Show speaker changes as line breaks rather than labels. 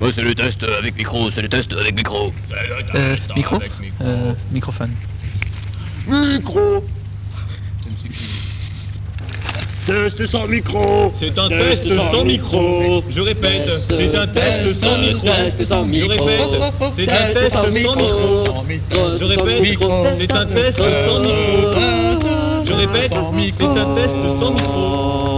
Oui, c'est le test avec micro, c'est le test avec micro.
Euh, micro Euh, microphone.
Micro Test sans micro
C'est un test, sans micro. Je répète, c'est un test sans micro.
Test sans
Je
micro.
répète, c'est un test sans micro. Je répète, c'est un test sans micro. Je répète, c'est un test sans micro.